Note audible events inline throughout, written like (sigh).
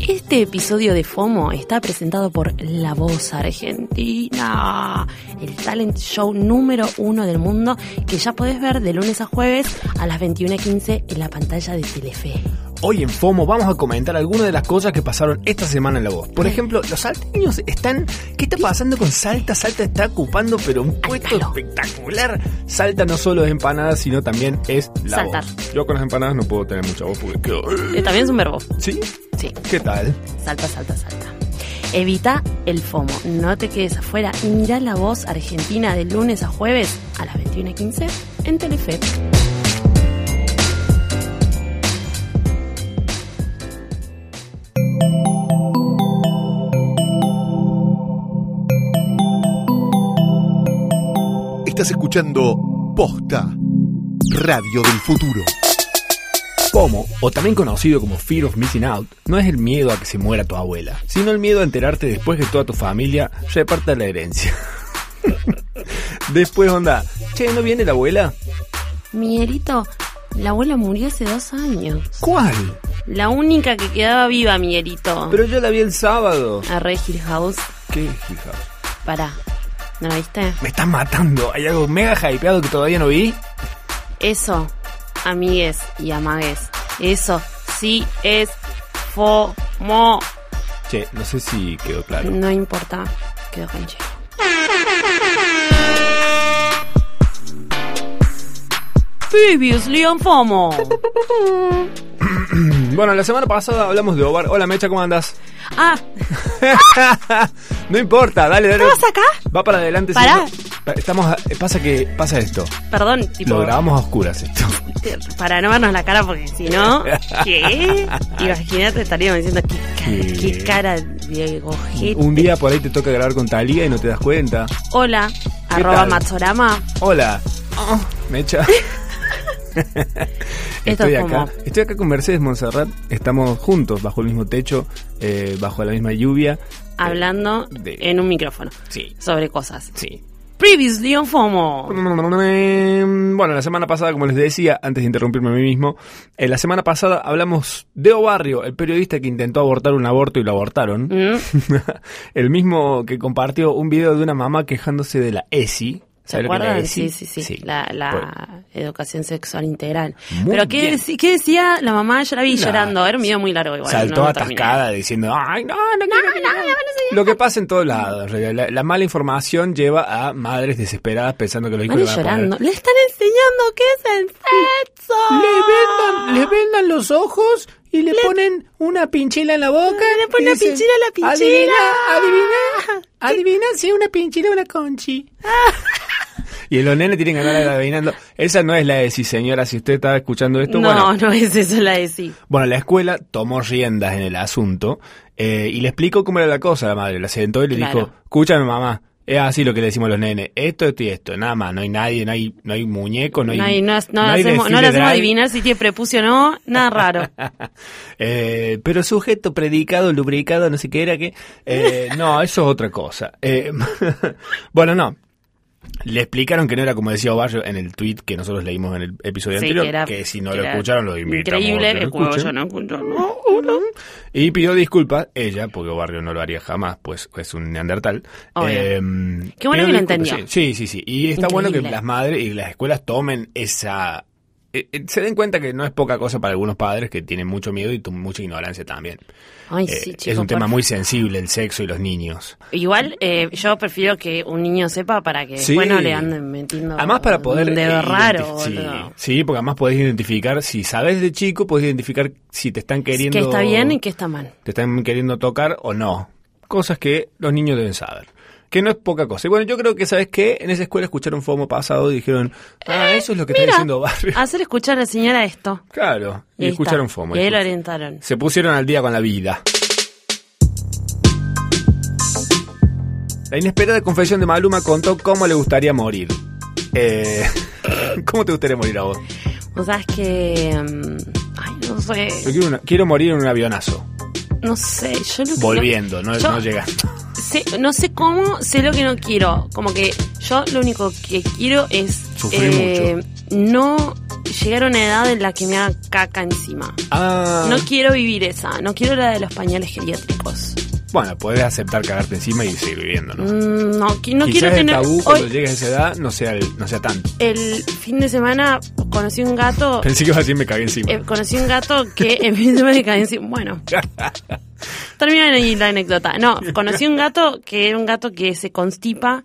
Este episodio de FOMO está presentado por La Voz Argentina, el talent show número uno del mundo que ya podés ver de lunes a jueves a las 21.15 en la pantalla de Telefe. Hoy en FOMO vamos a comentar algunas de las cosas que pasaron esta semana en la voz. Por ejemplo, los salteños están. ¿Qué está pasando con Salta? Salta está ocupando, pero un puesto Alcalo. espectacular. Salta no solo es empanada, sino también es la Saltar. voz. Yo con las empanadas no puedo tener mucha voz porque quedo- Eh, También es un verbo. ¿Sí? Sí. ¿Qué tal? Salta, salta, salta. Evita el FOMO. No te quedes afuera y mirá la voz argentina de lunes a jueves a las 21.15 en Telefe. Estás escuchando Posta, Radio del Futuro. FOMO, o también conocido como Fear of Missing Out, no es el miedo a que se muera tu abuela, sino el miedo a enterarte después que toda tu familia reparta la herencia. (laughs) después, onda, che, ¿no viene la abuela? Miguelito, la abuela murió hace dos años. ¿Cuál? La única que quedaba viva, Miguelito. Pero yo la vi el sábado. A Regil House. ¿Qué, hija? Pará. ¿No la viste? Me estás matando. Hay algo mega hypeado que todavía no vi. Eso, amigues y amagues. Eso sí es FOMO. Che, no sé si quedó claro. No importa, quedó con Che. Previously on FOMO. Mm, Bueno, la semana pasada hablamos de Ovar. Hola, Mecha, ¿cómo (laughs) andas? Ah, no importa, dale, dale. ¿estabas acá? Va para adelante. Pará. sí. Pa- Estamos. a- eh, Pasa que. Pasa esto. Perdón, tipo. Lo grabamos a oscuras esto. Para no vernos la cara, porque si no. ¿Qué? Imagínate, estaríamos diciendo qué, ca- ¿Qué? qué cara Diego Ojete. Un día por ahí te toca grabar con Talía y no te das cuenta. Hola, arroba tal? Eh, Matsorama. Hola. Oh, (laughs) Mecha. Esto Estoy es como- acá. Estoy acá con Mercedes Monserrat. Estamos juntos bajo el mismo techo, eh, bajo la misma lluvia. Hablando de- en un micrófono Sí. sobre cosas. Sí. Mm. Previously on FOMO. Bueno, la semana pasada, como les decía, antes de interrumpirme a mí mismo, eh, la semana pasada hablamos de O Barrio, el periodista que intentó abortar un aborto y lo abortaron. Mm, (laughs) el mismo que compartió un video de una mamá quejándose de la ESI. ¿Se ¿Sabes lo que es la acuerdan? ESI? Pues, Sí, sí, sí. La, la educación sexual integral. Muy Pero ¿qué, bien. decí- qué decía la mamá? Yo la vi Nah. llorando. Era un video muy largo igual. Saltó no lo terminé. atascada diciendo, ay, no, no, quiero que no". Lo que pasa en todos lados, en realidad, la, la mala información lleva a madres desesperadas pensando que los hijos Madre le van a poner- llorando. Le están enseñando qué es el sexo. Le vendan, le vendan los ojos y le, ponen una pinchila en la boca. Le ponen y una pinchila a la pinchila. Adivina, adivina, adivina si una pinchila o una conchi. Ah. Y los nenes tienen ganas de adivinando. Esa no es la de si señora, si usted está escuchando esto. No, bueno, no es eso la de sí. bueno, la escuela tomó riendas en el asunto eh, y le explicó cómo era la cosa a la madre. La sentó y le Claro. dijo, escúchame mamá, es así lo que le decimos a los nenes, esto, esto y esto, nada más, no hay nadie, no hay, no hay muñeco, no hay... No, hay- no, no no hay hacemos, no desfile le hacemos drag. adivinar si tiene prepucio o no. Nada raro. Eh, pero sujeto, predicado, lubricado, no sé qué era que... eh, no, eso es otra cosa. Eh, (laughs) bueno, no. Le explicaron que no era como decía Obarrio en el tweet que nosotros leímos en el episodio Sí, que anterior, que, era- si no que lo era escucharon lo invitamos. a Increíble que que lo cuando yo escuchen. no escucho. No, Y pidió disculpas, ella, porque Barrio no lo haría jamás, pues es un neandertal. Obvio. Eh, Qué bueno pidió que lo disculpas, entendió. Sí, sí, sí. sí. Y está bueno Increíble. que las madres y las escuelas tomen esa... eh, eh, se den cuenta que no es poca cosa para algunos padres que tienen mucho miedo y tu- mucha ignorancia también. Ay, Eh, sí, chicos. es un tema por muy sensible el sexo y los niños. Igual eh, yo prefiero que un niño sepa para que Sí. después no le anden metiendo Además para poder... un dedo eh, raro, identif- sí, boludo. sí, porque además podés identificar, si sabes de chico, podés identificar si te están queriendo... Que está bien y que está mal. te están queriendo tocar o no. Cosas que los niños deben saber. Que no es poca cosa. Y bueno, yo creo que, ¿sabes qué? En esa escuela escucharon FOMO pasado y dijeron, ah, eso es lo que está Mira, diciendo Barrio. hacer escuchar a la señora esto. Claro, y ahí escucharon está. FOMO. Y ahí lo Escuch- orientaron. Se pusieron al día con la vida. La inesperada confesión de Maluma contó cómo le gustaría morir. Eh, (laughs) ¿Cómo te gustaría morir a vos? O sea, es que... mm, ay, no sé. Yo quiero, una- quiero morir en un avionazo. No sé. Yo lo que- Volviendo, no, yo- no llegando. sé- no sé cómo, sé lo que no quiero. Como que yo lo único que quiero es... Sufrir eh, No llegar a una edad en la que me haga caca encima. Ah, No quiero vivir esa, no quiero la de los pañales geriátricos. bueno, podés aceptar cagarte encima y seguir viviendo, ¿no? Mm, No, qui- no Quizás quiero el tener. tabú cuando Hoy, llegues a esa edad no sea, el- no sea tanto. el fin de semana conocí un gato. Pensé que ibas a decir me cagué encima. eh, conocí un gato que (laughs) en fin de semana caí encima. (laughs) Bueno, termina ahí la anécdota. No, conocí un gato que era un gato que se constipa,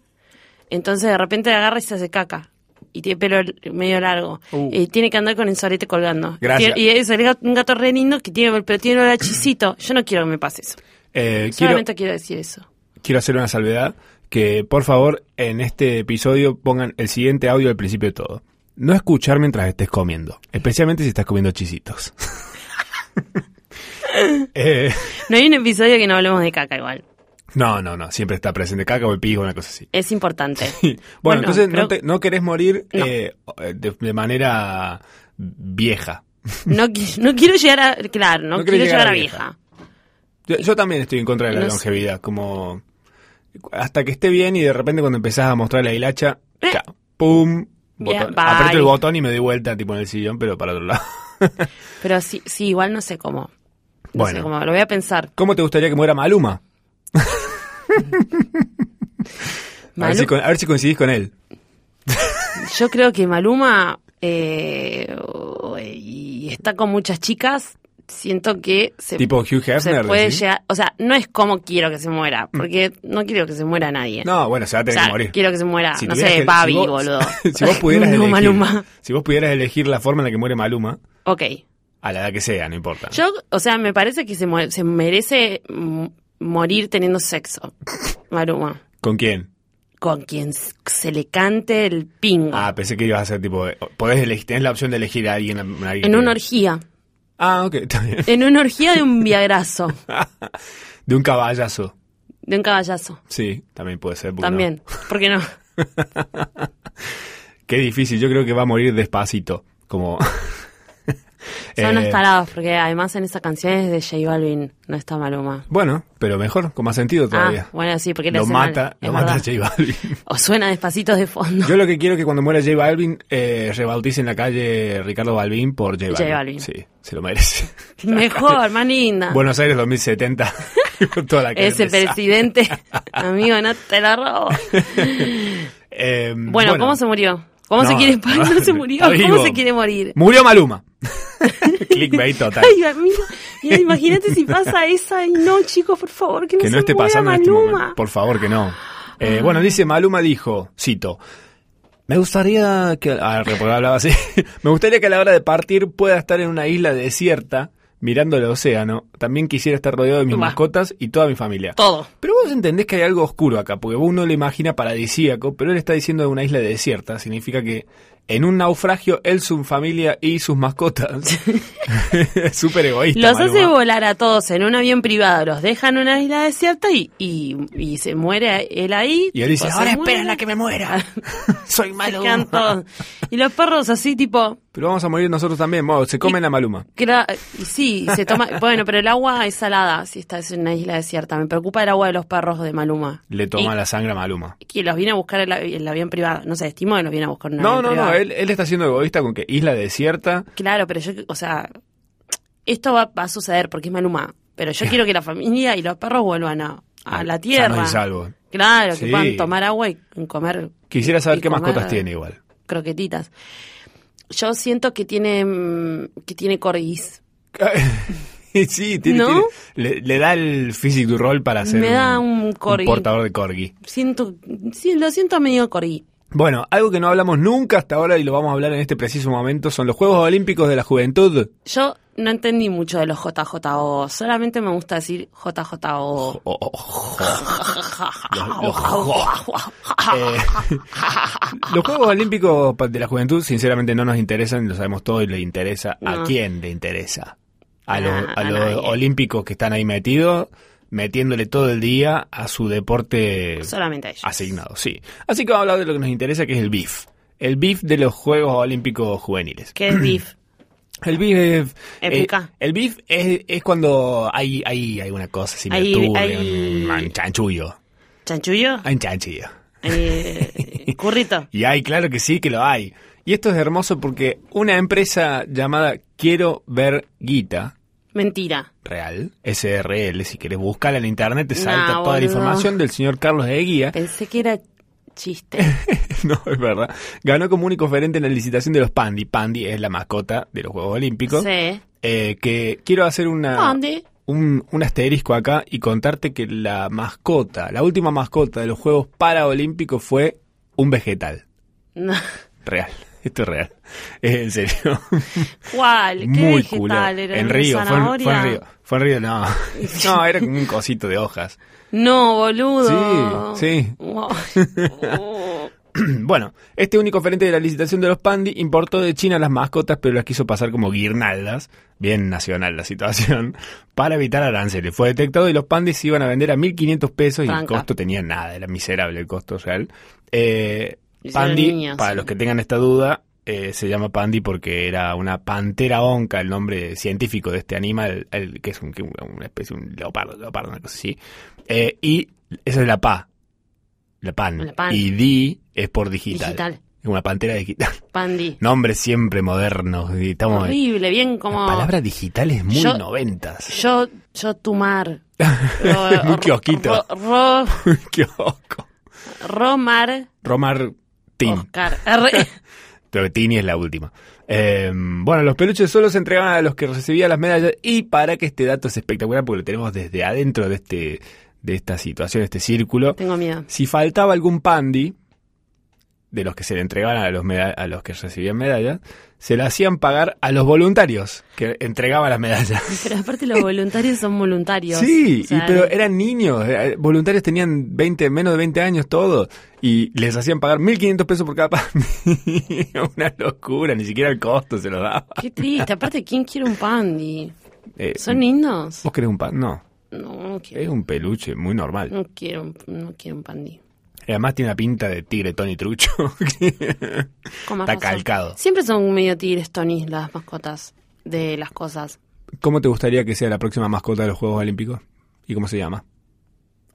entonces de repente agarra y se hace caca. Y tiene pelo medio largo. Uh. Y tiene que andar con el sorete colgando. Gracias. Tiene- Y es el gato- un gato re lindo que tiene, pero tiene olor a chisito. Yo no quiero que me pase eso. Eh, quiero, Solamente quiero decir eso. quiero hacer una salvedad. Que por favor en este episodio pongan el siguiente audio al principio de todo. No escuchar mientras estés comiendo. Especialmente si estás comiendo chisitos. (laughs) Eh, No hay un episodio que no hablemos de caca igual. no, no, no. Siempre está presente caca o el pico, una cosa así. Es (laughs) importante. bueno, Bueno, entonces creo- no, te- no querés morir No. eh, de, de manera vieja. No, qui- no quiero llegar a... Claro, no, No querés quiero llegar llegar a a vieja. vieja. Yo, yo también estoy en contra de la No sé. longevidad, como hasta que esté bien y de repente cuando empezás a mostrar la hilacha, Eh. chao, pum, Bien, botón. bye. aprieto el botón y me doy vuelta tipo en el sillón, pero para otro lado. (laughs) Pero sí, sí, igual no sé cómo. No Bueno. sé cómo, lo voy a pensar. ¿Cómo te gustaría que muera Maluma? A ver, Malu- si, con- a ver si coincidís con él. Yo creo que Maluma eh, oh, y está con muchas chicas. Siento que se, Tipo Hugh se Hefner. puede ¿decís? Mm. llegar... O sea, no es como quiero que se muera, porque no quiero que se muera nadie. No, bueno, se va a o tener que sea, morir. quiero que se muera, Si no tuvieras sé, que- Babi, si vos- boludo. (laughs) si vos (laughs) pudieras no, elegir, Maluma. Si vos pudieras elegir la forma en la que muere Maluma, Ok. a la edad que sea, no importa. Yo, o sea, me parece que se, mu- se merece mm, morir teniendo sexo, Maluma. ¿Con quién? Con quien s- se le cante el pingo. Ah, pensé que ibas a hacer tipo. eh, Podés elegir, tenés la opción de elegir a alguien. a alguien en Eh. que- una orgía. Ah, ok, (laughs) está bien. En una orgía de un viagrazo, De un caballazo. de un caballazo. Sí, también puede ser. ¿por qué no? También. ¿Por qué no? Qué difícil, yo creo que va a morir despacito. Como. (laughs) Son unos Eh, tarados, porque además en esa canción es de J Balvin, no está Maluma. Bueno, pero mejor, con más sentido todavía. Ah, bueno, sí, porque le lo hace mal, mata, es lo mata verdad. J Balvin. (laughs) O suena despacitos de fondo. Yo lo que quiero es que cuando muera J Balvin, eh, rebauticen la calle Ricardo Balvin por J Balvin. J Balvin. Sí, se lo (laughs) merece. Mejor, más linda. Buenos Aires 2070. con (laughs) toda la calle Ese empezada. presidente, (laughs) amigo, no te la (laughs) robo. Eh, Bueno, ¿cómo se murió? ¿Cómo No, se quiere no, se murió? está vivo. ¿Cómo se quiere morir? (laughs) Murió Maluma. Clickbait total. Ay, mira, mira, imagínate si pasa esa y no, chicos, por favor, que no, que no se esté muera pasando en este Maluma. Ah. momento. Por favor, que no. Eh, bueno, dice Maluma dijo, cito, me gustaría que... Ah, porque hablaba así. (laughs) me gustaría que a la hora de partir pueda estar en una isla desierta mirando el océano. También quisiera estar rodeado de mis Bah. mascotas y toda mi familia. Todo. Pero vos entendés que hay algo oscuro acá, porque uno lo imagina paradisíaco, pero él está diciendo de una isla desierta. Significa que en un naufragio él, su familia y (laughs) sus mascotas. (laughs) Súper egoísta. Los hace Maluma. volar a todos en un avión privado, los deja en una isla desierta y, y, y se muere él ahí. Y él dice, tipo, se ahora muere, espera la que (laughs) me muera. Soy se malo. quedan todos. Y los perros así tipo, Pero vamos a morir nosotros también. Bueno, se comen a Maluma. que la- y sí, se (laughs) toma, bueno, pero el agua es salada si estás en una isla desierta. Me preocupa el agua de los perros de Maluma. Le toma la sangre a Maluma. Y que los viene a buscar el, avi- el avión privado. No sé, estimo que los viene a buscar un No, avión no, no. privado. Él, él está siendo egoísta con que isla desierta. Claro, pero yo, o sea, esto va, va a suceder porque es Maluma. Pero yo quiero que la familia y los perros vuelvan a, a la tierra. sanos y salvos. Claro, Sí. que puedan tomar agua y comer Quisiera saber Y qué comer. mascotas tiene igual. (laughs) croquetitas. Yo siento que tiene mm, que tiene corgis. sí, tiene, ¿No? tiene- le, le da el physique du rol para ser Me da un corgi. portador de corgi. Siento, sí, lo siento medio corgi. Bueno, algo que no hablamos nunca hasta ahora y lo vamos a hablar en este preciso momento son los Juegos Olímpicos de (laughs) la Juventud. Yo no entendí mucho de los JJO, solamente me gusta decir JJO. Oh, oh, oh. Oh, Eh, (laughs) los Juegos Olímpicos pa- de la Juventud, sinceramente, no nos interesan, lo sabemos todo y le interesa. ¿A No. quién le interesa? A los, Ah, a a los nadie. olímpicos que están ahí metidos, metiéndole todo el día a su deporte solamente a ellos. asignado, sí. Así que vamos a hablar de lo que nos interesa, que es el BIF. El BIF de los Juegos Olímpicos Juveniles. ¿Qué es BIF? El BIF es... Épica. eh, el BIF es, es cuando hay, hay, hay una cosa así, Hay- turbia, hay- un chanchullo. ¿Chanchullo? Hay un chanchillo. Eh, ¿Currito? Y hay, claro que sí, que lo hay. Y esto es hermoso porque una empresa llamada Quiero Ver Guita, Mentira. real, SRL, si querés buscarla en internet, te salta Nah, toda la boludo. información del señor Carlos Eguía. Pensé que era chiste. (laughs) no, es verdad. Ganó como único oferente en la licitación de los Pandi. Pandi es la mascota de los Juegos Olímpicos. Sí. Eh, que quiero hacer una... ¿Dónde? un, un asterisco acá y contarte que la mascota, la última mascota de los Juegos Paraolímpicos fue un vegetal. No. Real. (laughs) Esto es real. Es en serio. ¿Cuál? ¿Qué Muy vegetal culo. era? En ¿Una Río. Fue en, fue en zanahoria? Río. Fue en (laughs) Río, no. No, era como un cosito de hojas. No, boludo. Sí, sí. (laughs) Wow. Oh. (clears throat) Bueno, este único oferente de la licitación de los Pandi importó de China las mascotas, pero las quiso pasar como guirnaldas, bien nacional la situación, (laughs) para evitar aranceles. Fue detectado y los Pandis se iban a vender a 1.500 pesos y el Tranca. costo tenía nada, era miserable el costo real. Eh, Y son Pandi, niños. para los que tengan esta duda, eh, se llama Pandi porque era una pantera onca, el nombre científico de este animal, el, que es un- que un- una especie, un leopardo, leopardo, una cosa así. Eh, y esa es la PA. La PAN. La pan. Y DI es por digital. Digital. Es una pantera digital. (laughs) Pandi. Nombres siempre modernos. y Estamos Horrible, bien La como. palabra digital es muy Yo- noventas. (laughs) Yo, yo tumar. Un kiosquito. Ro, Qué oco. ro- romar. Romar Tin. Oscar. Arre. (laughs) Pero Tini es la última. Eh, bueno, los peluches solo se entregaban a los que recibían las medallas. Y para que este dato es espectacular, porque lo tenemos desde adentro de este de esta situación, este círculo. Tengo miedo. Si faltaba algún pandi de los que se le entregaban a los, meda- a los que recibían medallas, se la hacían pagar a los voluntarios que entregaban las medallas. Pero aparte, los voluntarios son voluntarios. Sí, O sea, y- pero eran niños, eh, voluntarios tenían 20, menos de 20 años todos, y les hacían pagar 1.500 pesos por cada pandi. (laughs) Una locura, ni siquiera el costo se lo daba. Qué triste. Aparte, ¿quién quiere un pandi? Eh, ¿Son lindos? ¿Vos querés un pan? No, No, no es quiero. un peluche muy normal. No quiero, un- no quiero un pandi. Y Además tiene una pinta de tigre Tony Trucho. (laughs) Con más Está razón. calcado. Siempre son medio tigres, Tony, las mascotas de las cosas. ¿Cómo te gustaría que sea la próxima mascota de los Juegos Olímpicos? ¿Y cómo se llama?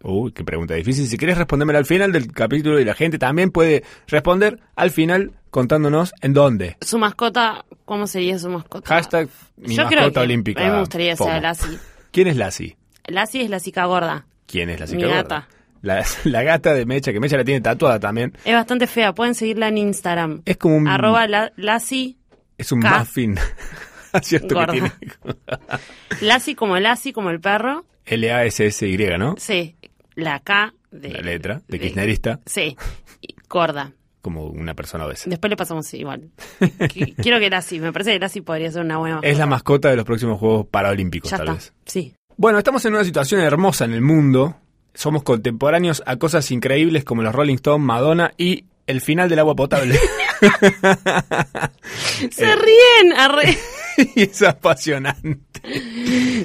Uy, qué pregunta difícil. Si quieres respondérmela al final del capítulo y la gente también puede responder al final contándonos en dónde. Su mascota, ¿cómo sería su mascota? Hashtag mi Yo creo que mascota A mí olímpica. me gustaría que sea Fomo. Lassie. ¿Quién es Lassie? Lassie es la chica gorda. ¿Quién es Lassie? Mi Qué gorda. gata. La, (laughs) la gata de Mecha, que Mecha la tiene tatuada también. Es bastante fea. Pueden seguirla en Instagram. Es como un... Arroba la, Lassie. es un K. muffin. (laughs) ¿Cierto Gorda. que tiene? Lassie como Lassie, como el perro. L-A-S-S-Y, ¿no? Sí. La K de... La letra de kirchnerista, Sí. Y gorda. como una persona obesa. Después le pasamos (laughs) igual. Qui- Quiero que Lassie. Me parece que Lassie podría ser una buena mascota. Es la mascota de los próximos Juegos Paralímpicos, Ya tal está. vez. Sí. Bueno, estamos en una situación hermosa en el mundo. Somos contemporáneos a cosas increíbles como los Rolling Stones, Madonna y el final del agua potable. (laughs) Eh. Se ríen. arre- (laughs) y es apasionante.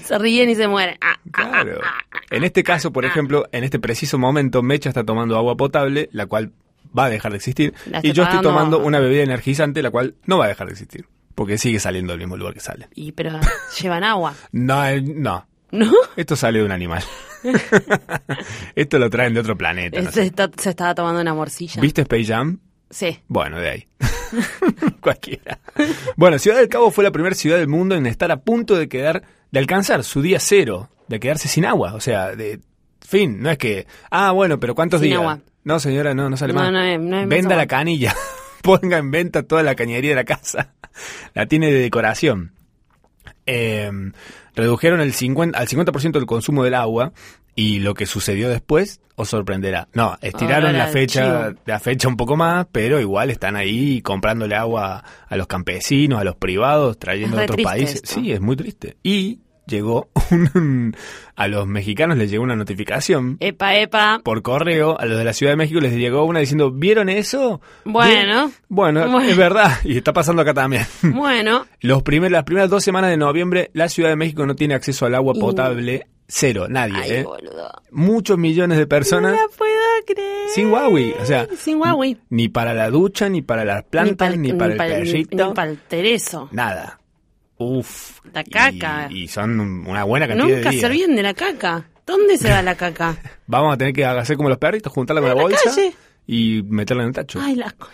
Se ríen y se mueren. Ah, ah, ah, Claro. ah, ah. En este caso, por ejemplo, en este preciso momento, Mecha está tomando agua potable, la cual va a dejar de existir. La Y está yo estoy pagando- tomando una bebida energizante, la cual no va a dejar de existir. Porque sigue saliendo del mismo lugar que sale. Y pero llevan agua. No, eh, no. ¿No? Esto sale de (laughs) un animal. Esto lo traen de otro planeta. no Se, sé. está- se estaba tomando una morcilla. ¿Viste Space Jam? Sí. Bueno, de ahí. (laughs) Cualquiera. Bueno, Ciudad del Cabo fue la primera ciudad del mundo en estar a punto de quedar, de alcanzar su día cero, de quedarse sin agua. O sea, de fin, no es que, ah, bueno, pero ¿cuántos Sin días? agua. No, señora, no, no sale No, más. no hay- no hay más Venda agua. la canilla. (laughs) Ponga en venta toda la cañería de la casa. La tiene de decoración. Eh, redujeron el 50, al 50% el consumo del agua y lo que sucedió después os sorprenderá. No, estiraron Olor la a fecha, chivo. la fecha un poco más, pero igual están ahí comprándole agua a los campesinos, a los privados, trayendo Es de re otros triste países. esto. Sí, es muy triste. Y llegó (laughs) un- a los mexicanos les llegó una notificación Epa, (laughs) epa. por correo a los de la Ciudad de México les llegó una diciendo, ¿vieron eso? Bueno. Bien. Bueno, Bueno. es verdad, y está pasando acá también. Bueno. Los primer- las primeras dos semanas de noviembre, la Ciudad de México no tiene acceso al agua Y- potable, cero, nadie. Ay, ¿eh? boludo. Muchos millones de No personas la puedo creer. sin Huawei, o sea, Sin Huawei. ni para la ducha, ni para las plantas, ni para, el perrito, Ni para el tereso. nada. Uf. La y- caca. Y, son un- una buena cantidad de Nunca días. se ríen de la caca. ¿Dónde se va la caca? Vamos a tener que hacer como los perritos, juntarla con la, En la bolsa calle. y meterla en el tacho. Ay, la co-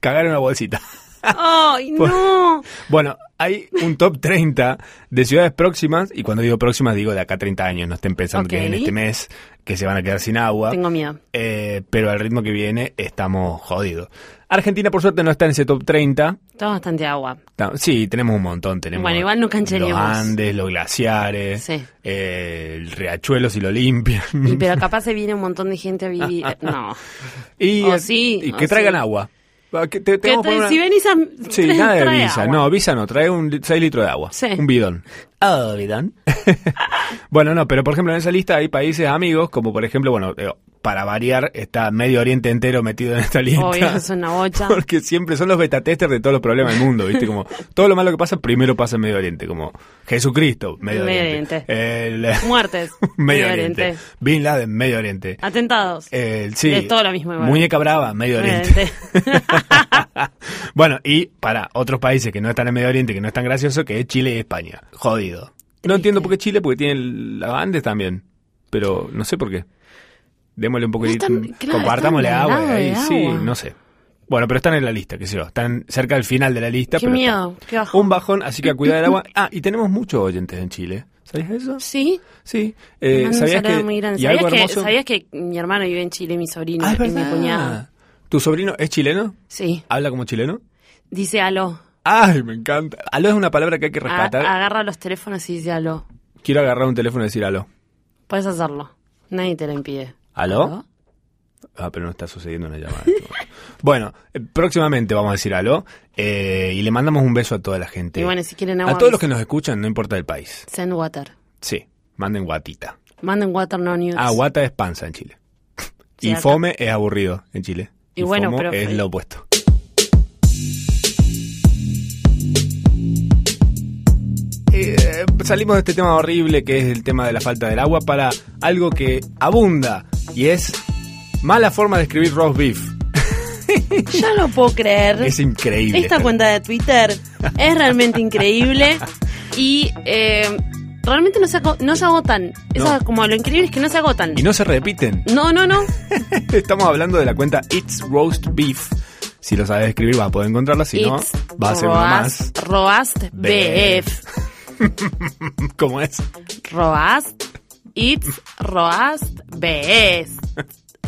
Cagar en una bolsita. (laughs) ¡Ay, no! Bueno, hay un top 30 de ciudades próximas, y cuando digo próximas digo de acá a 30 años, no estén pensando que en Ok. este mes que se van a quedar sin agua. Tengo miedo. Eh, pero al ritmo que viene estamos jodidos. Argentina, por suerte, no está en ese top 30. Está bastante agua. Ta- Sí, tenemos un montón. Tenemos Bueno, igual no cancheremos. Los Andes, los glaciares, Sí. eh, el riachuelo si lo limpian. (laughs) Y, pero capaz se viene un montón de gente a vivir. eh, No. Y, eh, Oh, sí, y oh, que traigan sí. agua. Ah, que te- te Que vamos a te- poner una- Si venís a. Sí, trae- nada de trae visa. agua. No, visa no, trae un 6 litros de agua. Sí. Un bidón. Ah, bidón. (laughs) bueno, no, pero por ejemplo en esa lista hay países amigos, como por ejemplo, bueno, eh, para variar, está Medio Oriente entero metido en esta lista. (laughs) Obvio, es una bocha. Porque siempre son los beta testers de todos los problemas del mundo, ¿viste? Como todo lo malo que pasa, primero pasa en Medio Oriente. Como Jesucristo, Medio, Medio Oriente. El- Muertes. (laughs) Medio Oriente. Bin Laden, Medio Oriente. Atentados. El- sí. Es todo lo mismo igual. Eh, Muñeca Brava, Medio Medio Eh, Oriente. (laughs) Oriente. bueno, y para otros países que no están en Medio Oriente, que no es tan gracioso, que es Chile y España. Jodido. No Triste. entiendo por qué Chile, porque tiene el- los Andes también. Pero no sé por qué. Démosle un poquitito. No están- claro, compartámosle están al agua. lado ahí, de sí, agua. no sé. Bueno, pero están en la lista, qué sé yo. Están cerca del final de la lista. Qué pero miedo, están. qué bajón. Un bajón, así que a cuidar el agua. Ah, y tenemos muchos oyentes en Chile. ¿Sabías eso? sí. Sí. te Eh, mando un ¿Sabías saludo que, muy grande. y ¿Sabías, algo que, hermoso? sabías que mi hermano vive en Chile, mi sobrino Ah, es y mi verdad. cuñado? ¿Tu sobrino es chileno? Sí. ¿Habla como chileno? Dice aló. Ay, me encanta. Aló es una palabra que hay que A- rescatar. agarra los teléfonos y dice aló. Quiero agarrar un teléfono y decir aló. Puedes hacerlo. Nadie te lo impide. ¿Aló? Ah, pero no está sucediendo una llamada. en este momento. bueno, eh, próximamente vamos a decir aló. eh, y le mandamos un beso a toda la gente. Y bueno, si quieren agua. a todos los que nos escuchan, no importa el país. Send water. Sí, manden guatita. Manden water, no news. Ah, guata es panza en Chile. Sí, y acá- fome es aburrido en Chile. Y bueno, fomo pero- es lo opuesto. Eh, salimos de este tema horrible que es el tema de la falta del agua para algo que abunda y es mala forma de escribir roast beef. (laughs) Ya no puedo creer. Es increíble. este Esta cuenta de Twitter es realmente increíble y eh, realmente no se, ago- no se agotan. Eso No. es como lo increíble es que no se agotan. Y no (laughs) se repiten. No, no, no. Estamos hablando de la cuenta It's Roast Beef. Si lo sabes escribir vas a poder encontrarla, si no, It's va a ser una más. (laughs) Roast- Roast BF. ¿Cómo es? Roast. It's Roast BF.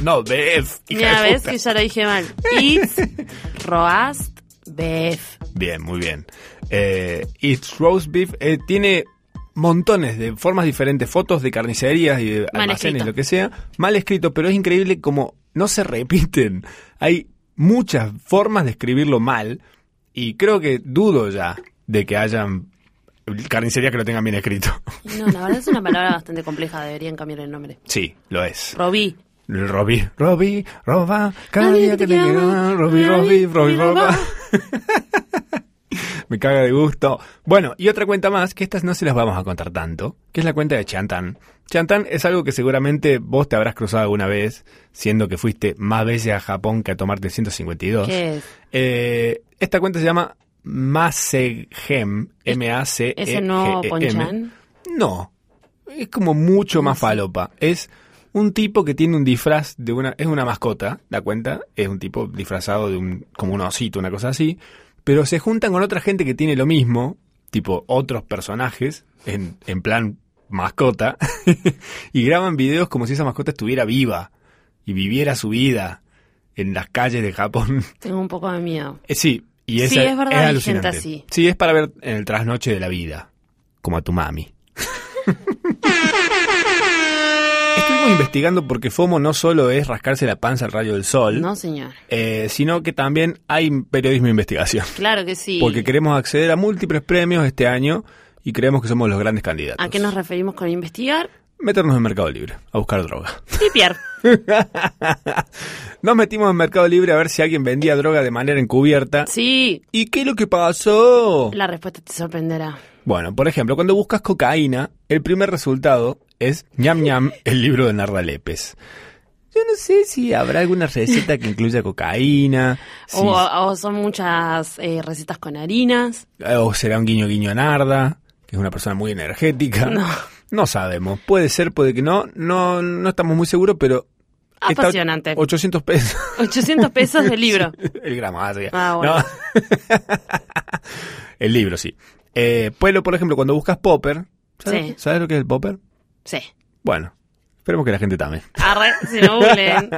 No, BF. hija Mira, de ves puta. que ya lo dije mal. It's (laughs) Roast BF. Bien, muy bien. Eh, It's Roast Beef eh, tiene montones de formas diferentes, fotos de carnicerías y de Mal almacenes, escrito. lo que sea, mal escrito, pero es increíble como no se repiten. Hay muchas formas de escribirlo mal y creo que dudo ya de que hayan carnicerías que lo tengan bien escrito. (laughs) No, la verdad es una palabra bastante compleja. Deberían cambiar el nombre. Sí, lo es. Robí. Robby, Robby, roba, cada Nadie día te que te quiere queda, amar. Robby, Robby, Nadie Robby, te roba. roba. Me caga de gusto. Bueno, y otra cuenta más, que estas no se las vamos a contar tanto, que es la cuenta de Chantan. Chantan es algo que seguramente vos te habrás cruzado alguna vez, siendo que fuiste más veces a Japón que a tomarte el 152. ¿Qué es? Eh, esta cuenta se llama Masegem, E ¿Es Eh, el nuevo M-A-C-E-G-E-M. Ponchan? No, es como mucho más sé. falopa. Es un tipo que tiene un disfraz de una, es una mascota, la cuenta, es un tipo disfrazado de un, como un osito, una cosa así, pero se juntan con otra gente que tiene lo mismo, tipo otros personajes, en, en plan mascota, (laughs) y graban videos como si esa mascota estuviera viva y viviera su vida en las calles de Japón. Tengo un poco de miedo. Eh, Sí, y esa- Sí, es verdad, hay gente alucinante. así. Sí, es para ver en el trasnoche de la vida, como a tu mami. (laughs) Estuvimos investigando porque FOMO no solo es rascarse la panza al rayo del sol, No, señor. eh, sino que también hay periodismo de investigación. Claro que sí. Porque queremos acceder a múltiples premios este año y creemos que somos los grandes candidatos. ¿A qué nos referimos con investigar? Meternos en Mercado Libre, a buscar droga. Tipiar. Nos metimos en Mercado Libre a ver si alguien vendía droga de manera encubierta. Sí, ¿Y qué es lo que pasó? la respuesta te sorprenderá. Bueno, por ejemplo, cuando buscas cocaína, el primer resultado es ñam ñam, el libro de Narda Lépez. Yo no sé si habrá alguna receta que incluya cocaína, si- O, o son muchas eh, recetas con harinas. o será un guiño guiño a Narda, que es una persona muy energética. No. No sabemos, puede ser, puede que no, no, no estamos muy seguros, pero Ah, Está Apasionante. 800 pesos. (laughs) 800 pesos de libro. El gramo, ah, sí. Ah, bueno. No. (laughs) el libro, sí. Eh, Pueblo, por ejemplo, cuando buscas Popper, ¿sabes, Sí. ¿sabes lo que es el Popper? Sí. Bueno, esperemos que la gente también. Arre, si no googleen.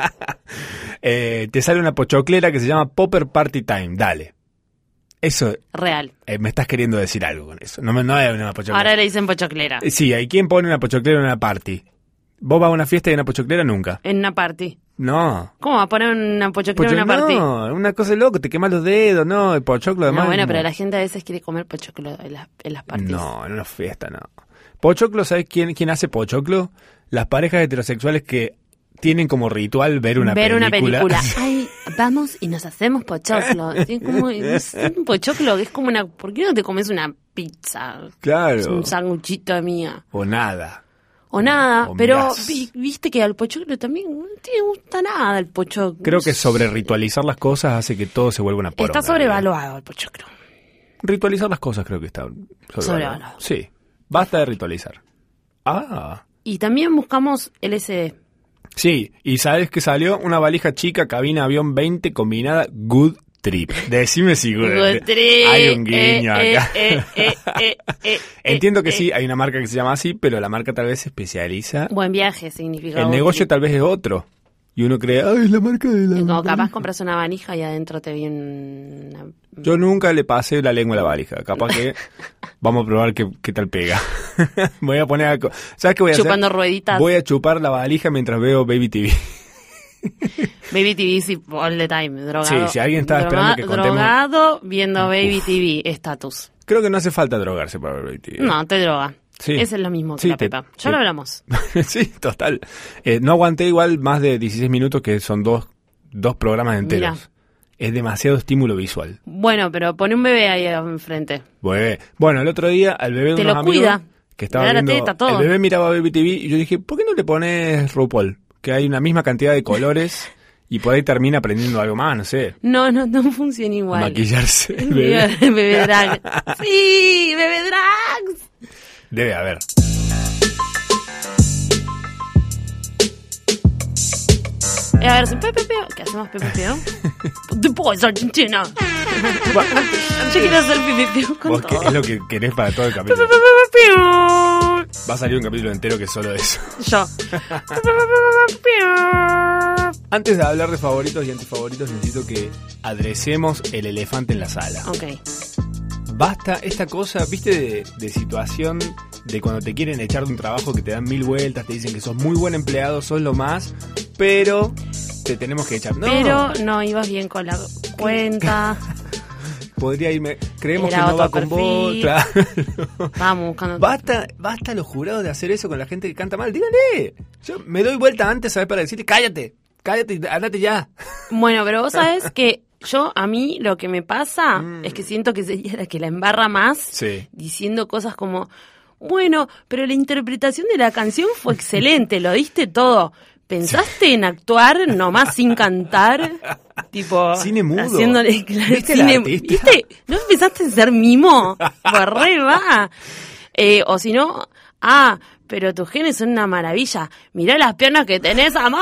Eh, te sale una pochoclera que se llama Popper Party Time. Dale. Eso, Real. eh, me estás queriendo decir algo con eso. No, me- no hay una pochoclera. Ahora le dicen pochoclera. Eh, Sí, ¿hay quien pone una pochoclera en una party? ¿Vos vas a una fiesta y hay una pochoclera? Nunca. En una party. No. ¿Cómo va a poner una pochoclera en Pocho- una party? No, una cosa de loco, te quemas los dedos, no, el pochoclo además. no, bueno, no. pero la gente a veces quiere comer pochoclo en las, en las parties. No, en una fiesta no. Pochoclo, ¿sabes quién, quién hace pochoclo? Las parejas heterosexuales que tienen como ritual ver una Ver película. una (laughs) película. Ay, vamos y nos hacemos pochoclo. Es como es un pochoclo, es como una... ¿Por qué no te comes una pizza? Es claro. un sanguchito mía. O nada. O nada, O pero mirás. vi- viste que al pochoclo también no te gusta nada el pochoclo. Creo que sobre ritualizar las cosas hace que todo se vuelva una poronga. Está sobrevaluado el pochoclo. Ritualizar las cosas creo que está sobrevaluado. Sobrevaluado. Sí. Basta de ritualizar. Ah. Y también buscamos LSD. Sí, y sabes que salió una valija chica, cabina avión 20 combinada Good Trip. Decime si Good, Good trip. (laughs) Hay un guiño Eh, acá. eh, eh, eh, eh, (laughs) Entiendo que eh, sí, hay una marca que se llama así, pero la marca tal vez se especializa. eh. Buen viaje significa. El good negocio trip. tal vez es otro. Y uno cree, ay, es la marca de la. Como capaz valija". compras una manija y adentro te vi una... Yo nunca le pasé la lengua a la valija. Capaz que (laughs) vamos a probar qué, qué tal pega. (laughs) voy a poner algo. ¿Sabes qué voy a Chupando hacer? rueditas. Voy a chupar la valija mientras veo Baby TV. Baby TV sí, all the time, drogado. Sí, si alguien estaba esperando que contemos- Drogado viendo Baby TV, estatus. (laughs) Creo que no hace falta drogarse para ver Baby TV. No, te droga. Sí. Ese es lo mismo que Sí, la te- pepa. Ya sí. lo hablamos. (laughs) sí, total. Eh, no aguanté igual más de 16 minutos, que son dos, dos programas enteros. Es demasiado estímulo visual. Bueno, pero pone un bebé ahí enfrente. Bue- Bueno, el otro día al bebé de Te unos lo amigos cuida. que estaba Le da la viendo- teta, todo. el bebé miraba Baby TV y yo dije, ¿por qué no le pones RuPaul? Que hay una misma cantidad de colores y por ahí termina aprendiendo algo más, no sé, No, no, no funciona igual. maquillarse. (laughs) el bebé. bebé. bebé drag. Sí, bebé drag. Debe haber. Eh, a ver, si- pe, pe, pe, ¿qué hacemos pepepeo? Después, Argentina. Yo quiero hacer pepepeo con Vos que- todo. es lo que querés para todo el Pe, pe, capítulo. pe, pe, pe, pe. Va a salir un capítulo entero que es solo eso. Yo. Antes de hablar de favoritos y antifavoritos, necesito que adresemos el elefante en la sala. Ok. Basta esta cosa, viste, de, de situación de cuando te quieren echar de un trabajo que te dan mil vueltas, te dicen que sos muy buen empleado, sos lo más, pero te tenemos que echar. No, Pero no ibas bien con la (laughs) cuenta. podría irme. Creemos Era que no va otro con vos. perfil. claro. (laughs) Estábamos buscando. Basta, basta los jurados de hacer eso con la gente que canta mal. Díganle. Yo me doy vuelta antes, ¿sabes? Para decirle, cállate, cállate, andate ya. Bueno, pero vos sabés que yo, a mí, lo que me pasa Mm. es que siento que sería la que la embarra más Sí. diciendo cosas como, bueno, pero la interpretación de la canción fue excelente, lo diste todo. ¿Pensaste en actuar nomás sin (laughs) cantar? Tipo, Cine mudo. Haciéndole, claro, ¿Viste al artista? ¿Viste? ¿No pensaste en ser mimo? Pues (laughs) re va. Eh, o si no, ah, pero tus genes son una maravilla. Mirá las piernas que tenés, amor.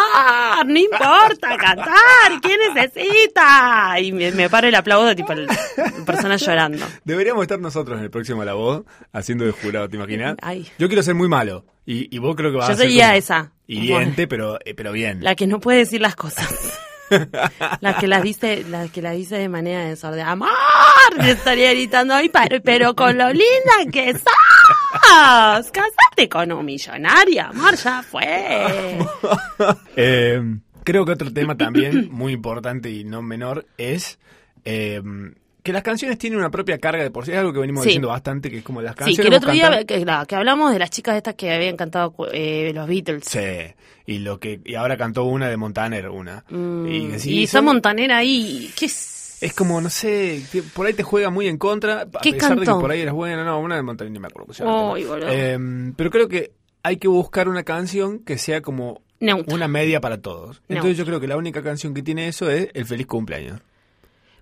No importa cantar. ¿Quién necesita? Y me, me paro y le aplaudo, tipo, la persona llorando. Deberíamos estar nosotros en el próximo La Voz haciendo de jurado, ¿te imaginas? Ay. Yo quiero ser muy malo. Y, y vos creo que vas Yo a ser. sería como esa. Hiriente, pero, eh, pero bien. La que no puede decir las cosas. (laughs) La que las dice, la que las dice de manera desordenada. ¡Amor! Le estaría gritando ay, pero, pero con lo linda que sos. Casate con un millonario, amor, ya fue. Eh, creo que otro tema también muy importante y no menor es. eh, que las canciones tienen una propia carga de por sí, es algo que venimos Sí. diciendo bastante, que es como las Sí, canciones. que el vos otro día cantás- que, claro, que hablamos de las chicas estas que habían cantado eh, los Beatles. Sí, y lo que y ahora cantó una de Montaner, una. Mm, y y decís, está son- Montanera ahí. ¿Qué es? Es como, no sé, que por ahí te juega muy en contra, a ¿Qué pesar de que cantó? por ahí eras buena, no, una de Montaner ni me acuerdo. cómo se llama el Ay, tema. boludo. Em, pero creo que hay que buscar una canción que sea como Neutra. Eh, una media para todos. No. Entonces yo creo que la única canción que tiene eso es El Feliz Cumpleaños.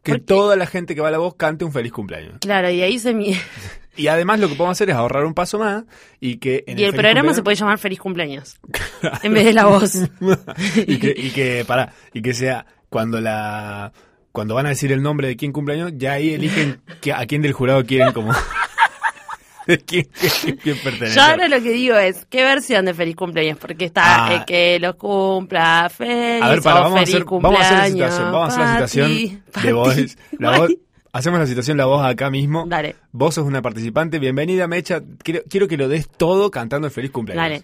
que Porque- toda la gente que va a la voz cante un feliz cumpleaños. Claro, y ahí se mide. Y además lo que podemos hacer es ahorrar un paso más y que... en Y el feliz programa se cumpleaños- puede llamar Feliz (laughs) Cumpleaños. En vez de la voz. y que, y que, pará, y que sea cuando la... Cuando van a decir el nombre de quién cumpleaños, ya ahí eligen que- a quién del jurado quieren como... (laughs) de quién, quién- quién pertenece. Yo ahora lo que digo es, ¿qué versión de Feliz Cumpleaños? Porque está Ah. eh, que lo cumpla feliz A ver, para, o vamos a, feliz hacer, vamos a cumpleaños. hacer la situación. Vamos a hacer la Pati, situación de Pati, voz. La Mari. voz- hacemos la situación la voz acá mismo. (laughs) Dale, Vos sos una participante. Bienvenida, Mecha. Quiero, quiero que lo des todo cantando el feliz cumpleaños. dale.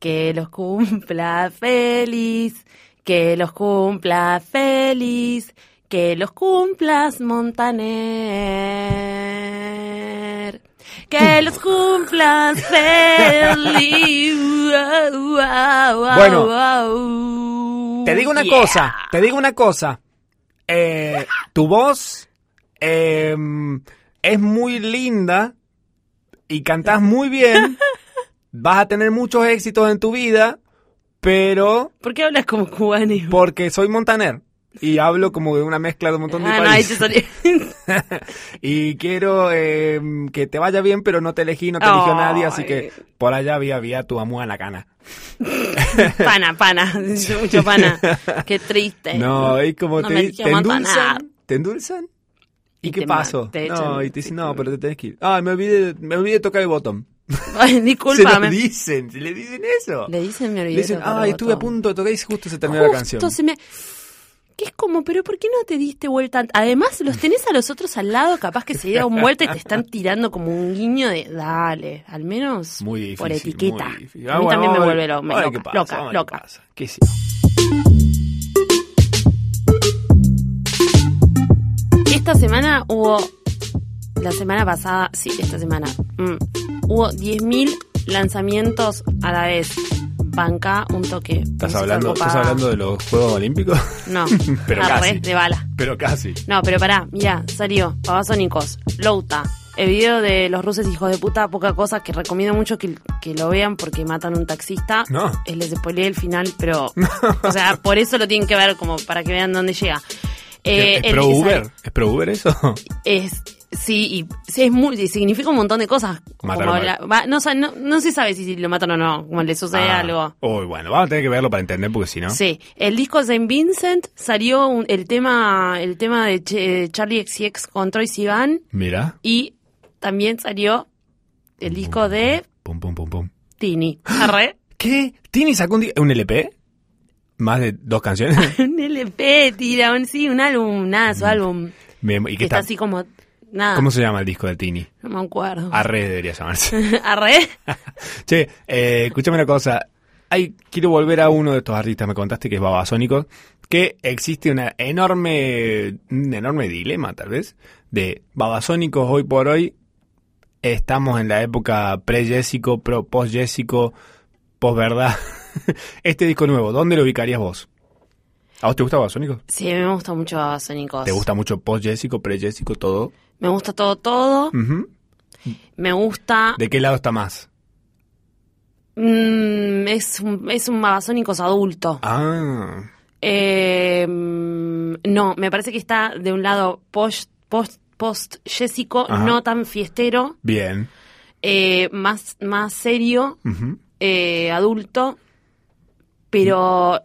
Que los cumpla feliz, que los cumpla feliz, que los cumplas Montaner. (laughs) Que los cumplas feliz. Bueno, bueno, Te digo Uh, una cosa, te digo una cosa. Eh, tu voz eh, es muy linda y cantás (laughs) muy bien. Vas a tener muchos éxitos en tu vida, pero ¿Por qué hablas como cubano? porque soy montaner y hablo como de una mezcla de un montón de Ah, no, ahí te países. (laughs) salió. y quiero eh, que te vaya bien, pero no te elegí, no te eligió nadie, así que por allá había, había tu amor a la cana. pana, pana. (laughs) Mucho pana. Qué triste. No, eh. es como No me te, eligió te Montanar. endulzan. ¿Te endulzan? ¿Y, Y qué te ma- pasó? te no, echan- y te dicen, te- no, pero te tenés que ir. Ah, me olvidé, me olvidé de tocar el botón. Ay, Se lo discúlpame. dicen, se le dicen eso. Le dicen, me Le olvidé. dicen, tocar ah, el estuve a botón". punto de tocar y justo se terminó Justo la canción. se me... Que es como, pero ¿por qué no te diste vuelta? an- Además, los tenés a los otros al lado, capaz que se (laughs) dieron vuelta y te están tirando como un guiño de, dale, al menos Muy difícil. por muy etiqueta. difícil. A Ah, mí bueno, también me vamos a vuelve ver- lo- me a ver loca, qué pasa, loca, vamos a ver qué loca. pasa. ¿Qué sé Esta semana hubo. La semana pasada, sí, esta semana. mm, hubo 10.000 lanzamientos a la vez. Banca un toque. ¿Estás Música hablando, ¿Estás copada. hablando de los Juegos Olímpicos? (laughs) No, Pero arre, casi. de bala. Pero casi. No, pero pará, mirá, salió. Babasónicos, Louta. El video de los ruses hijos de puta, poca cosa que recomiendo mucho que, que lo vean porque matan a un taxista. No. Eh, Les spoileé el final, (laughs) pero. o sea, por eso lo tienen que ver, como para que vean dónde llega. Eh, ¿Es el pro que Uber? sale- ¿Es pro (laughs) Uber eso? es sí y sí, es muy y significa un montón de cosas como Mataron a- la- va- no, sa- no no se sabe si lo matan o no como le sucede Ah. algo Uy, bueno, vamos a tener que verlo para entender porque si no. sí el disco Saint Vincent salió un- el tema el tema de, Ch- de Charlie XCX con Troy Sivan Mira. y también salió el disco de Pum, pum, pum, pum. Tini Arre. ¿Qué? ¿Tini sacó un, di- un LP? ¿Más de dos canciones? un LP tira un sí un álbum nada su álbum (laughs) Me- Mm. ¿Y que qué está está? así ah. como nada ¿Cómo se llama el disco de Tini? no me acuerdo Arre debería llamarse. (laughs) arre che, eh, escúchame una cosa. Ay, quiero volver a uno de estos artistas, me contaste que es Babasónicos, que existe una enorme, un enorme dilema tal vez, de Babasónicos hoy por hoy estamos en la época pre-Jésico, pro- post-Jésico, post-verdad. (laughs) este disco nuevo, ¿dónde lo ubicarías vos? ¿A vos te gusta Babasónicos? sí me gusta mucho Babasónicos ¿Te gusta mucho post-Jésico, pre-Jésico, todo? me gusta todo todo Ujú. Me gusta. Mm. ¿De qué lado está más? Mm, es un, es un babasónicos adulto. Ah, Eh, mm, no, me parece que está de un lado post, post, post Jessico, Ajá. no tan fiestero, bien. eh, más, más serio, Ujú. eh, adulto, pero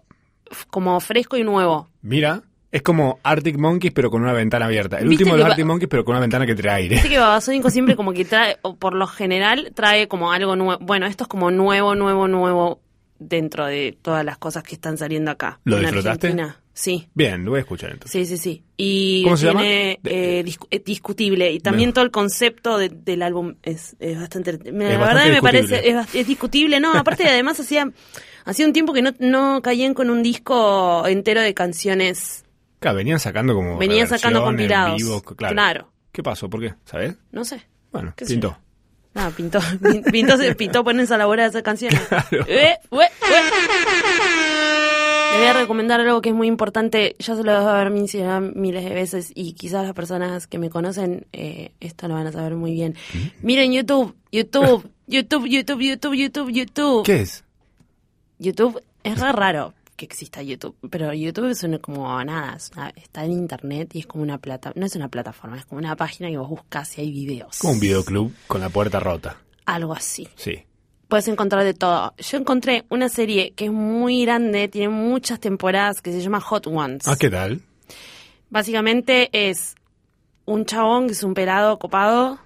f- como fresco y nuevo. Mira, es como Arctic Monkeys pero con una ventana abierta. El ¿Viste último de que los va- Arctic Monkeys pero con una ventana que trae aire. Viste que Babasónicos siempre como que trae, o por lo general, trae como algo nuevo. Bueno, esto es como nuevo, nuevo, nuevo dentro de todas las cosas que están saliendo acá. ¿Lo en disfrutaste? Argentina. Sí. Bien, lo voy a escuchar entonces. Sí, sí, sí. Y ¿Cómo se llama? tiene, De- eh, discu- eh, discutible. Y también Bueno. todo el concepto de- del álbum es, es bastante... Mira, Es la bastante verdad me discutible. parece... Es, bast- es discutible. No, aparte además hacía, hacía un tiempo que no, no caían con un disco entero de canciones. Claro, venían sacando como. Venían sacando reversiones, compilados. vivos, claro. Claro. ¿Qué pasó? ¿Por qué? ¿Sabes? No sé. Bueno, ¿Qué sé pintó. (laughs) No, pintó, (laughs) pin- pintó, se- pintó ponerse a la bola de esas canciones. (laughs) Eh, ue, ue. Le voy a recomendar algo que es muy importante. Ya se lo debo haber mencionado miles de veces y quizás las personas que me conocen eh, esto lo van a saber muy bien. ¿Mm? Miren YouTube, YouTube, YouTube, YouTube, YouTube, YouTube, YouTube. ¿Qué es? YouTube es re raro. que exista YouTube, pero YouTube es una- como nada, es una- está en internet y es como una plata, no es una plataforma, es como una página que vos buscas y hay videos. Como un videoclub con la puerta rota. Algo así. Sí. Puedes encontrar de todo. Yo encontré una serie que es muy grande, tiene muchas temporadas, que se llama Hot Ones. Ah, ¿qué tal? Básicamente es un chabón que es un pelado copado,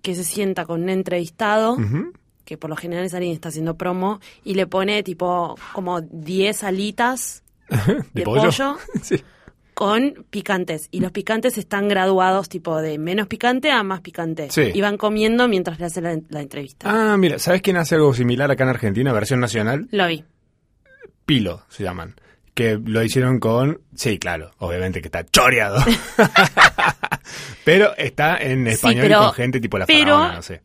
que se sienta con un entrevistado, Mm. que por lo general es alguien que está haciendo promo, y le pone tipo como 10 alitas ¿De, ¿De pollo? pollo? (laughs) sí. con picantes. Y los picantes están graduados tipo de menos picante a más picante. Sí. Y van comiendo mientras le hacen la, la entrevista. Ah, mira, ¿sabes quién hace algo similar acá en Argentina, versión nacional? Lo vi. Pilo se llaman. Que lo hicieron con. Sí, claro, obviamente que está choreado. (laughs) pero está en Sí, español pero- y con gente tipo la pero- faraona, no sé.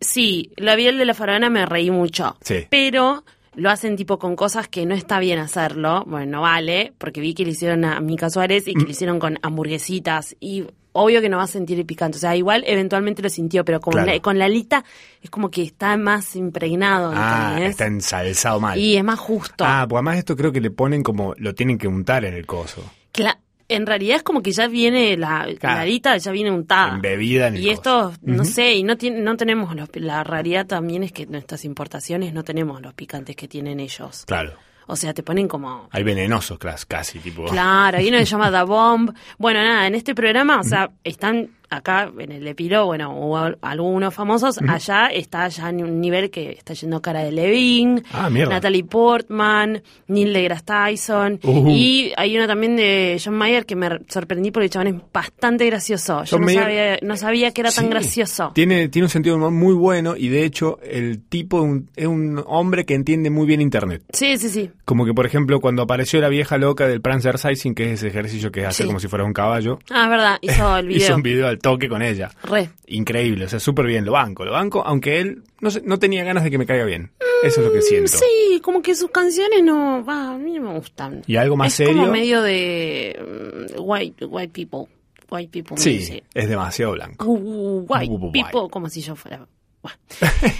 Sí, lo vi el de la faraona, me reí mucho. Sí. Pero lo hacen tipo con cosas que no está bien hacerlo. Bueno, no vale, porque vi que le hicieron a Mica Suárez Mm. y que lo hicieron con hamburguesitas y obvio que no va a sentir el picante. O sea, igual eventualmente lo sintió, pero con, Claro. la, con la alita es como que está más impregnado. Ah, ¿entendés? está ensalzado mal. Y es más justo. Ah, pues además esto creo que le ponen como. Lo tienen que untar en el coso. Cla- en realidad es como que ya viene la, Claro. la alita, ya viene untada. Embebida en el Ah, Y coso. esto, no sé, y no, tiene, no tenemos los, la realidad también es que nuestras importaciones no tenemos los picantes que tienen ellos. Claro. O sea, te ponen como Hay venenosos clas- casi, tipo. Claro, hay uno que se (laughs) llama The Bomb. Bueno, nada, en este programa, o sea, están acá en el de Piro, bueno, hubo al- algunos famosos. Allá está ya en un nivel que está yendo cara de Levin, Ah, mierda. Natalie Portman, Neil deGrasse Tyson. Ujú. Y hay uno también de John Mayer que me re- sorprendí porque el chabón es bastante gracioso. Yo John no Mayer- sabía, no sabía que era tan Sí. gracioso. Tiene, tiene un sentido de humor muy bueno y de hecho el tipo de un- es un hombre que entiende muy bien internet. Sí, sí, sí. Como que, por ejemplo, cuando apareció la vieja loca del prancing que es ese ejercicio que hace Sí. como si fuera un caballo, Ah, es verdad, hizo el video. (laughs) hizo un video al toque con ella. Re. Increíble, o sea, súper bien, lo banco, lo banco, aunque él no, sé, no tenía ganas de que me caiga bien. Eso es lo que siento. Mm, Sí, como que sus canciones no, va, a mí no me gustan. Y algo más es serio. como medio de mm, white, white people, white people Sí, music. es demasiado blanco. Uh, white Uh, white. people, como si yo fuera. Bueno. (laughs)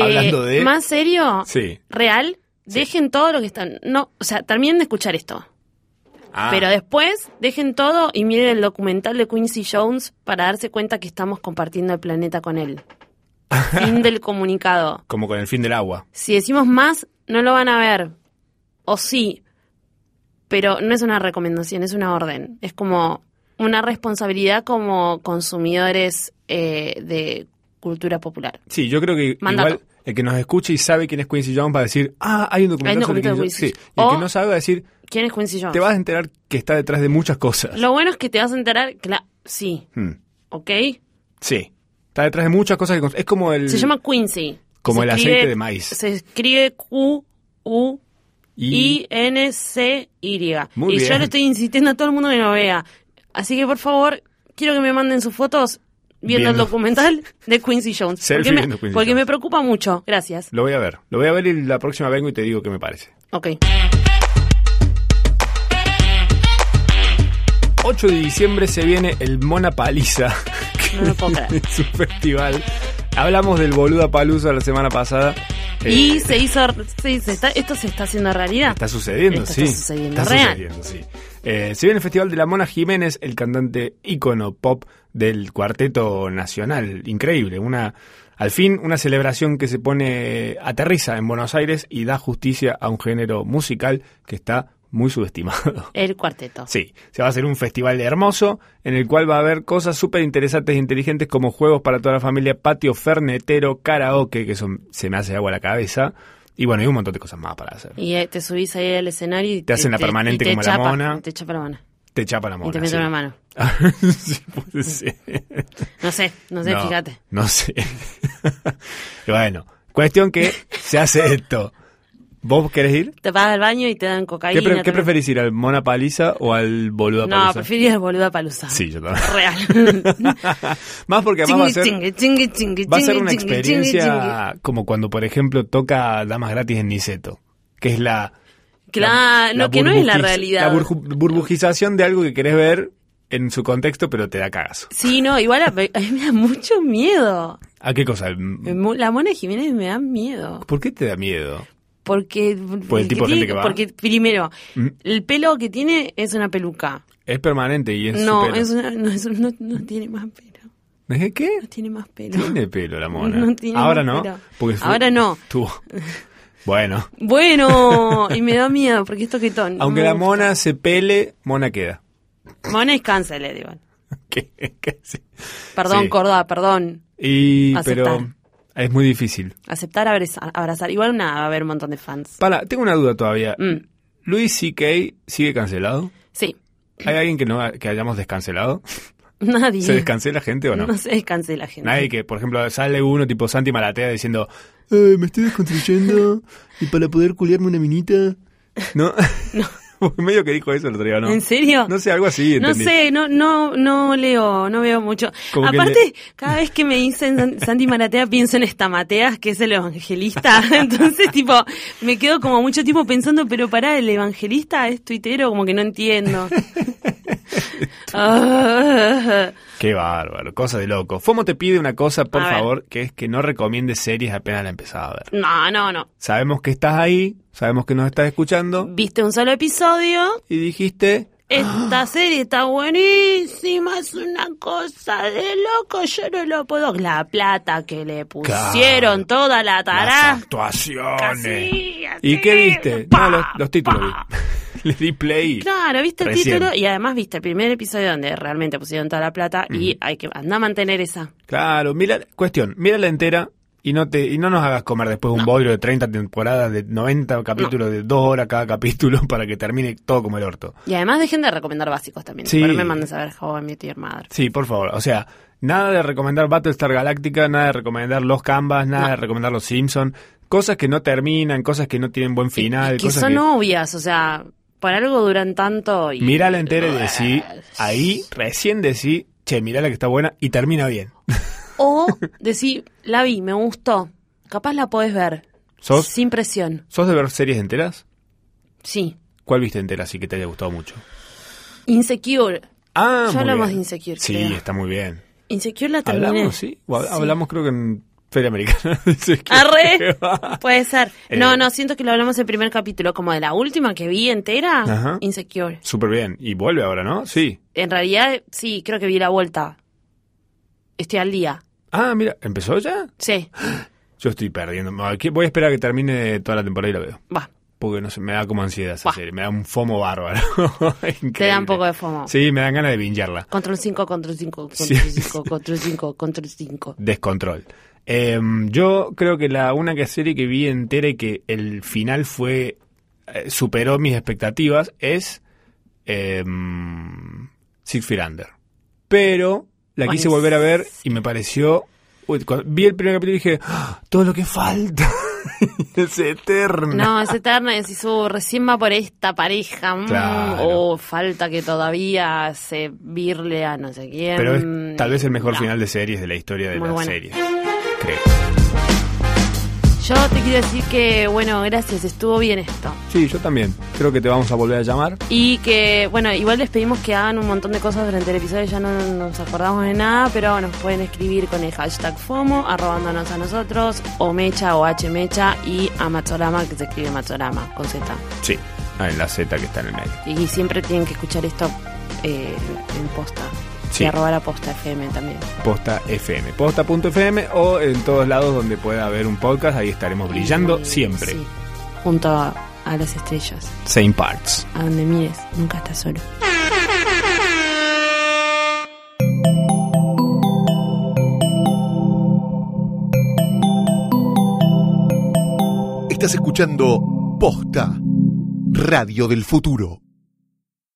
Hablando de- más serio, Sí. real. Dejen todo lo que están. No, o sea, terminen de escuchar esto. Ah, Pero después, dejen todo y miren el documental de Quincy Jones para darse cuenta que estamos compartiendo el planeta con (laughs) él. fin del comunicado. como con el fin del agua. Si decimos más, no lo van a ver. O sí. Pero no es una recomendación, es una orden. Es como una responsabilidad como consumidores eh, de cultura popular. Sí, yo creo que Mandato. igual el que nos escuche y sabe quién es Quincy Jones va a decir, ah, hay un documental, Hay un sobre documental de Quincy Jones. Quincy Sí. Y el Jones. que O- no sabe va a decir, ¿Quién es Quincy Jones? te vas a enterar que está detrás de muchas cosas. Lo bueno es que te vas a enterar, cla- sí, Hmm. ¿ok? Sí. Está detrás de muchas cosas que... cons- Es como el... Se llama Quincy. Como Se el escribe- aceite de maíz. Se escribe Q U y- I-N-C-Y. Muy y yo bien. le estoy insistiendo a todo el mundo que lo vea. Así que, por favor, quiero que me manden sus fotos viendo, el Viendo. documental de Quincy Jones. Selfie porque me, viendo Quincy porque Jones. me preocupa mucho. Gracias. Lo voy a ver. Lo voy a ver y la próxima vengo y te digo qué me parece. Ok. 8 de diciembre se viene el Mona Paliza. (laughs) que No lo puedo creer. Es un festival. Hablamos del Boluda Palusa la semana pasada. (laughs) Eh, Y se hizo. se- se está- esto se está haciendo realidad. Está sucediendo, Esto sí. está sucediendo, Está real. sucediendo, sí. Eh, se viene el Festival de la Mona Jiménez, el cantante ícono pop del cuarteto nacional. Increíble. Una, al fin, una celebración que se pone, aterriza en Buenos Aires y da justicia a un género musical que está muy subestimado. (laughs) El cuarteto. Sí, se va a hacer un festival hermoso en el cual va a haber cosas súper interesantes e inteligentes como juegos para toda la familia, patio fernetero, karaoke, que eso se me hace agua a la cabeza. Y bueno, hay un montón de cosas más para hacer. Y eh, te subís ahí al escenario y Te hacen la permanente y te como la chapa, mona. Te chapa la mona. Te chapa la mona. y te mete sí. una mano. (laughs) Sí, puede ser. No sé, no sé, fíjate. No sé. (laughs) bueno, cuestión que se hace esto. ¿Vos querés ir? Te vas al baño y te dan ¿Qué, cocaína. pre- qué te- preferís ir, al Mona Paliza o al Boluda Paliza? No, prefiero ir al boludo a palusa. Sí, yo también. Real. (laughs) Más porque además va a ser... Chingue, chingue, chingue, Va a ser chingue, una chingue, chingue, experiencia como cuando, por ejemplo, toca Damas Gratis en Niceto, que es la... chingue. Claro, la- no, que no es la burbujiz- realidad. La burju- burbujización de algo que querés ver en su contexto, pero te da cagazo. Sí, no, igual a, a mí (laughs) me da mucho miedo. ¿A qué cosa? Em, Me mu- La Mona Jiménez me da miedo. ¿Por qué te da miedo? Porque. Por el tipo de tiene- gente que va. Porque, primero, Mm. el pelo que tiene es una peluca. Es permanente y es su no, pelo. es una- no, es un- no, no tiene más pelo. ¿Eh, ¿Qué? (laughs) No tiene más pelo. Tiene pelo la mona. No tiene Ahora más no. pelo. Porque fue- Ahora no. (laughs) Tuvo. Bueno. Bueno, y me da miedo porque esto que tono. Aunque la mona se pele, mona queda. (laughs) Mona es cáncer, digo. Que- que sí. Perdón, Sí. Córdoba, perdón. Y, Aceptar. pero es muy difícil. Aceptar, abrazar. abrazar. Igual nada, va a haber un montón de fans. Para, tengo una duda todavía. Mm, ¿Luis C.K. sigue cancelado? Sí, (laughs) ¿Hay alguien que no ha- que hayamos descancelado? nadie. ¿Se descancela gente o no? No se descancela, gente. Nadie que, por ejemplo, sale uno tipo Santi Malatea diciendo, "Eh, me estoy desconstruyendo y para poder culiarme una minita. (laughs) ¿No? (laughs) Medio que dijo eso el otro día, ¿no? ¿En serio? No sé, algo así, No entendí. sé, no, no, no leo, no veo mucho. Como que Aparte, cada vez que me dicen (laughs) San- Santi Maratea, pienso en Estamateas, que es el evangelista. (laughs) Entonces, tipo, me quedo como mucho tiempo pensando, pero pará, el evangelista es tuitero, como que no (laughs) entiendo. Ah, Qué bárbaro, cosa de loco. FOMO te pide una cosa, por A ver. favor, que es que no recomiendes series apenas la empezás a ver. no, no, no. Sabemos que estás ahí, sabemos que nos estás escuchando Viste un solo episodio, y dijiste, (gasps) Esta serie está buenísima, es una cosa de loco, yo no lo puedo. La plata que le pusieron, toda la las tarasca. actuaciones. así, ¿Y qué viste? pa, no, los, los títulos pa. vi. (laughs) Le di play. Claro, viste el Recién. título y además viste el primer episodio donde realmente pusieron toda la plata y hay que andar a mantener esa. Claro, mira, cuestión, mírala entera y no te y no nos hagas comer después un bodrio de 30 temporadas de 90 capítulos de 2 horas cada capítulo (laughs) para que termine todo como el orto. Y además dejen de recomendar básicos también. Sí. Pero me "Oh, mandes a ver How I Met Your Mother. Sí, por favor, o sea, nada de recomendar Battlestar Galactica, nada de recomendar Los Canvas, nada de recomendar Los Simpson, cosas que no terminan, cosas que no tienen buen final, que cosas son que obvias, o sea, por algo duran tanto y... Mírala entera y decí, ahí recién decí, che, mirala que está buena y termina bien. O decir, la vi, me gustó. Capaz la podés ver. ¿Sos, Sin presión, ¿Sos de ver series enteras? sí. ¿Cuál viste entera así que te haya gustado mucho? Insecure. Ah, Ya muy hablamos bien. de Insecure, Sí, creo. está muy bien. Insecure la terminé. ¿Hablamos, sí? O hab- Sí. Hablamos creo que en Feria Americana. (laughs) de Insecure. ¡Arre! Puede ser. Eh. No, no, siento que lo hablamos el primer capítulo, como de la última que vi entera, Ajá. Insecure. (laughs) Súper bien. Y vuelve ahora, ¿no? Sí. En realidad, sí, creo que vi la vuelta. Estoy al día. Ah, mira, ¿empezó ya? Sí, Yo estoy perdiendo. Ah, ¿qué- Voy a esperar a que termine toda la temporada y la veo. va. Porque no sé, me da como ansiedad esa Buah. serie. Me da un fomo bárbaro. (laughs) Te da Increíble. un poco de fomo. Sí, me dan ganas de bingearla. Control 5, control 5, Sí. control (laughs) 5, control 5, control 5. Descontrol. Eh, yo creo que la una que serie que vi entera y que el final fue eh, superó mis expectativas es eh, Six Feet Under. Pero la quise Buenísimo. volver a ver y me pareció... uy, cuando vi el primer capítulo y dije, "Ah, todo lo que falta (laughs) es eterno. No, es eterna y decís, "Oh, recién va por esta pareja. mm, Claro. O falta que todavía se virle a no sé quién. Pero es tal vez el mejor em, No. final de series de la historia de Muy la bueno. serie. Creo. Yo te quiero decir que, bueno, gracias, estuvo bien esto. Sí, yo también. Creo que te vamos a volver a llamar. Y que, bueno, igual les pedimos que hagan un montón de cosas durante el episodio, ya no nos acordamos de nada, pero nos pueden escribir con el hashtag FOMO, arrobándonos a nosotros, o Mecha o H Mecha y a Matsorama, que se escribe Matsorama, con Z. Sí. Ah, en la Z que está en el medio. Y siempre tienen que escuchar esto eh, en posta. Sí. Y arroba la posta FM también. Posta FM, posta.fm o en todos lados donde pueda haber un podcast, ahí estaremos brillando Y- siempre. sí, junto a, a las estrellas, Same parts. a donde mires, nunca estás solo. Estás escuchando Posta Radio del Futuro.